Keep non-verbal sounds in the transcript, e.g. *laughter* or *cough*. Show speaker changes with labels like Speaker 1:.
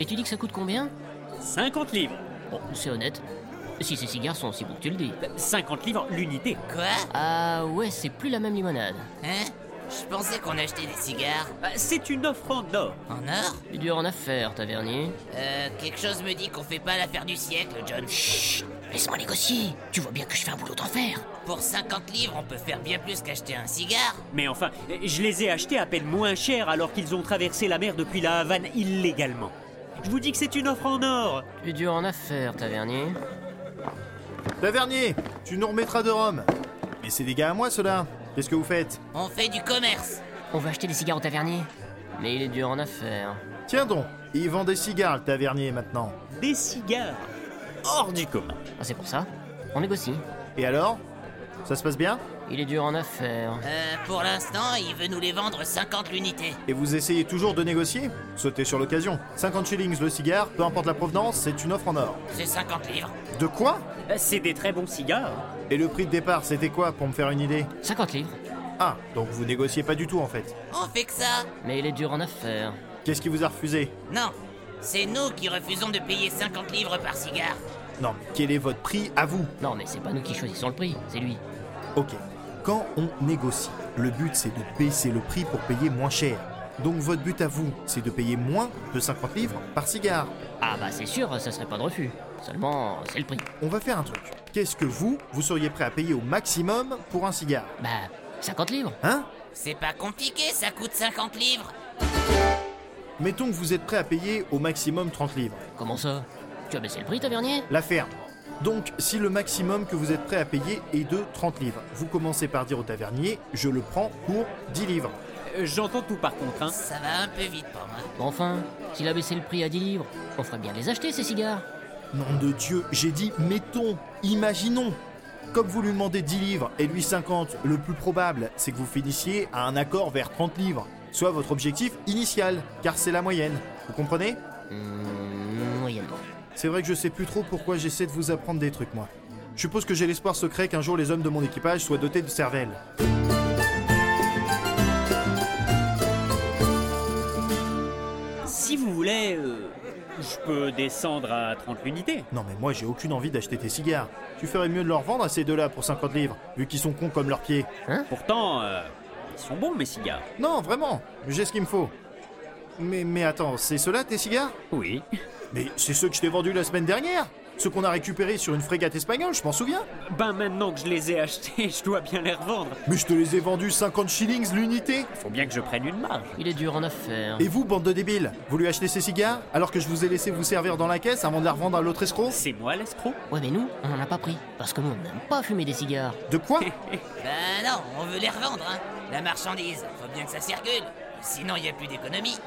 Speaker 1: Et tu dis que ça coûte combien
Speaker 2: 50 livres.
Speaker 1: Bon, c'est honnête. Si c'est six garçons, c'est bon que tu le dis.
Speaker 2: 50 livres l'unité.
Speaker 3: Quoi
Speaker 1: Ah ouais, c'est plus la même limonade.
Speaker 3: Hein Je pensais qu'on achetait des cigares.
Speaker 2: Euh, C'est une offre en or.
Speaker 3: En or
Speaker 1: C'est dur en affaires, tavernier.
Speaker 3: Euh, quelque chose me dit qu'on fait pas l'affaire du siècle, John.
Speaker 1: Chut Laisse-moi négocier Tu vois bien que je fais un boulot d'enfer
Speaker 3: Pour 50 livres, on peut faire bien plus qu'acheter un cigare.
Speaker 2: Mais enfin, euh, je les ai achetés à peine moins cher alors qu'ils ont traversé la mer depuis la Havane illégalement. Je vous dis que c'est une offre en or.
Speaker 1: Tu es dur en affaires, tavernier.
Speaker 4: Tavernier, tu nous remettras de Rome. Mais c'est des gars à moi, ceux-là. Qu'est-ce que vous faites
Speaker 3: On fait du commerce.
Speaker 1: On va acheter des cigares au tavernier. Mais il est dur en affaires.
Speaker 4: Tiens donc, il vend des cigares, le tavernier, maintenant.
Speaker 2: Des cigares. Hors du commun.
Speaker 1: Ah, c'est pour ça On négocie.
Speaker 4: Et alors Ça se passe bien
Speaker 1: Il est dur en affaires.
Speaker 3: Euh, pour l'instant, il veut nous les vendre 50 l'unité.
Speaker 4: Et vous essayez toujours de négocier Sautez sur l'occasion. 50 shillings le cigare, peu importe la provenance, c'est une offre en or.
Speaker 3: C'est 50 livres.
Speaker 4: De quoi
Speaker 2: Euh, C'est des très bons cigares.
Speaker 4: Et le prix de départ, c'était quoi pour me faire une idée
Speaker 1: 50 livres.
Speaker 4: Ah, donc vous négociez pas du tout en fait.
Speaker 3: On fait que ça
Speaker 1: Mais il est dur en affaires.
Speaker 4: Qu'est-ce qui vous a refusé
Speaker 3: Non. C'est nous qui refusons de payer 50 livres par cigare.
Speaker 4: Non, mais quel est votre prix à vous
Speaker 1: Non, mais c'est pas nous qui choisissons le prix, c'est lui.
Speaker 4: Ok. Quand on négocie, le but c'est de baisser le prix pour payer moins cher. Donc votre but à vous, c'est de payer moins de 50 livres par cigare.
Speaker 1: Ah bah c'est sûr, ça serait pas de refus. Seulement, c'est le prix.
Speaker 4: On va faire un truc. Qu'est-ce que vous, vous seriez prêt à payer au maximum pour un cigare
Speaker 1: Bah, 50 livres.
Speaker 4: Hein
Speaker 3: C'est pas compliqué, ça coûte 50 livres.
Speaker 4: Mettons que vous êtes prêt à payer au maximum 30 livres.
Speaker 1: Comment ça Tu as baissé le prix, tavernier
Speaker 4: La ferme. Donc, si le maximum que vous êtes prêt à payer est de 30 livres, vous commencez par dire au tavernier, je le prends pour 10 livres.
Speaker 2: Euh, J'entends tout par contre. Hein.
Speaker 3: Ça va un peu vite pour moi.
Speaker 1: Mais Enfin, s'il a baissé le prix à 10 livres, on ferait bien les acheter, ces cigares.
Speaker 4: Nom de Dieu, j'ai dit mettons, imaginons. Comme vous lui demandez 10 livres et lui 50, le plus probable, c'est que vous finissiez à un accord vers 30 livres. Soit votre objectif initial, car c'est la moyenne. Vous comprenez
Speaker 1: Hmm, moyennement.
Speaker 4: C'est vrai que je sais plus trop pourquoi j'essaie de vous apprendre des trucs, moi. Je suppose que j'ai l'espoir secret qu'un jour les hommes de mon équipage soient dotés de cervelle.
Speaker 2: Si vous voulez, euh, je peux descendre à 30 l'unité.
Speaker 4: Non mais moi j'ai aucune envie d'acheter tes cigares. Tu ferais mieux de leur vendre à ces deux-là pour 50 livres, vu qu'ils sont cons comme leurs pieds.
Speaker 2: Pourtant, euh, ils sont bons mes cigares.
Speaker 4: Non, vraiment, j'ai ce qu'il me faut. Mais, mais attends, c'est ceux-là tes cigares
Speaker 2: Oui.
Speaker 4: Mais c'est ceux que je t'ai vendus la semaine dernière Ceux qu'on a récupérés sur une frégate espagnole, je m'en souviens
Speaker 2: Ben maintenant que je les ai achetés, *laughs* je dois bien les revendre.
Speaker 4: Mais je te les ai vendus 50 shillings l'unité
Speaker 2: Faut bien que je prenne une marge.
Speaker 1: Il est dur en affaires.
Speaker 4: Et vous, bande de débiles, vous lui achetez ces cigares alors que je vous ai laissé vous servir dans la caisse avant de la revendre à l'autre escroc
Speaker 2: C'est moi l'escroc
Speaker 1: Ouais, mais nous, on en a pas pris. Parce que nous, on n'aime pas fumer des cigares.
Speaker 4: De quoi
Speaker 3: Bah non, on veut les revendre, hein. La marchandise, faut bien que ça circule. Sinon, il a plus d'économie.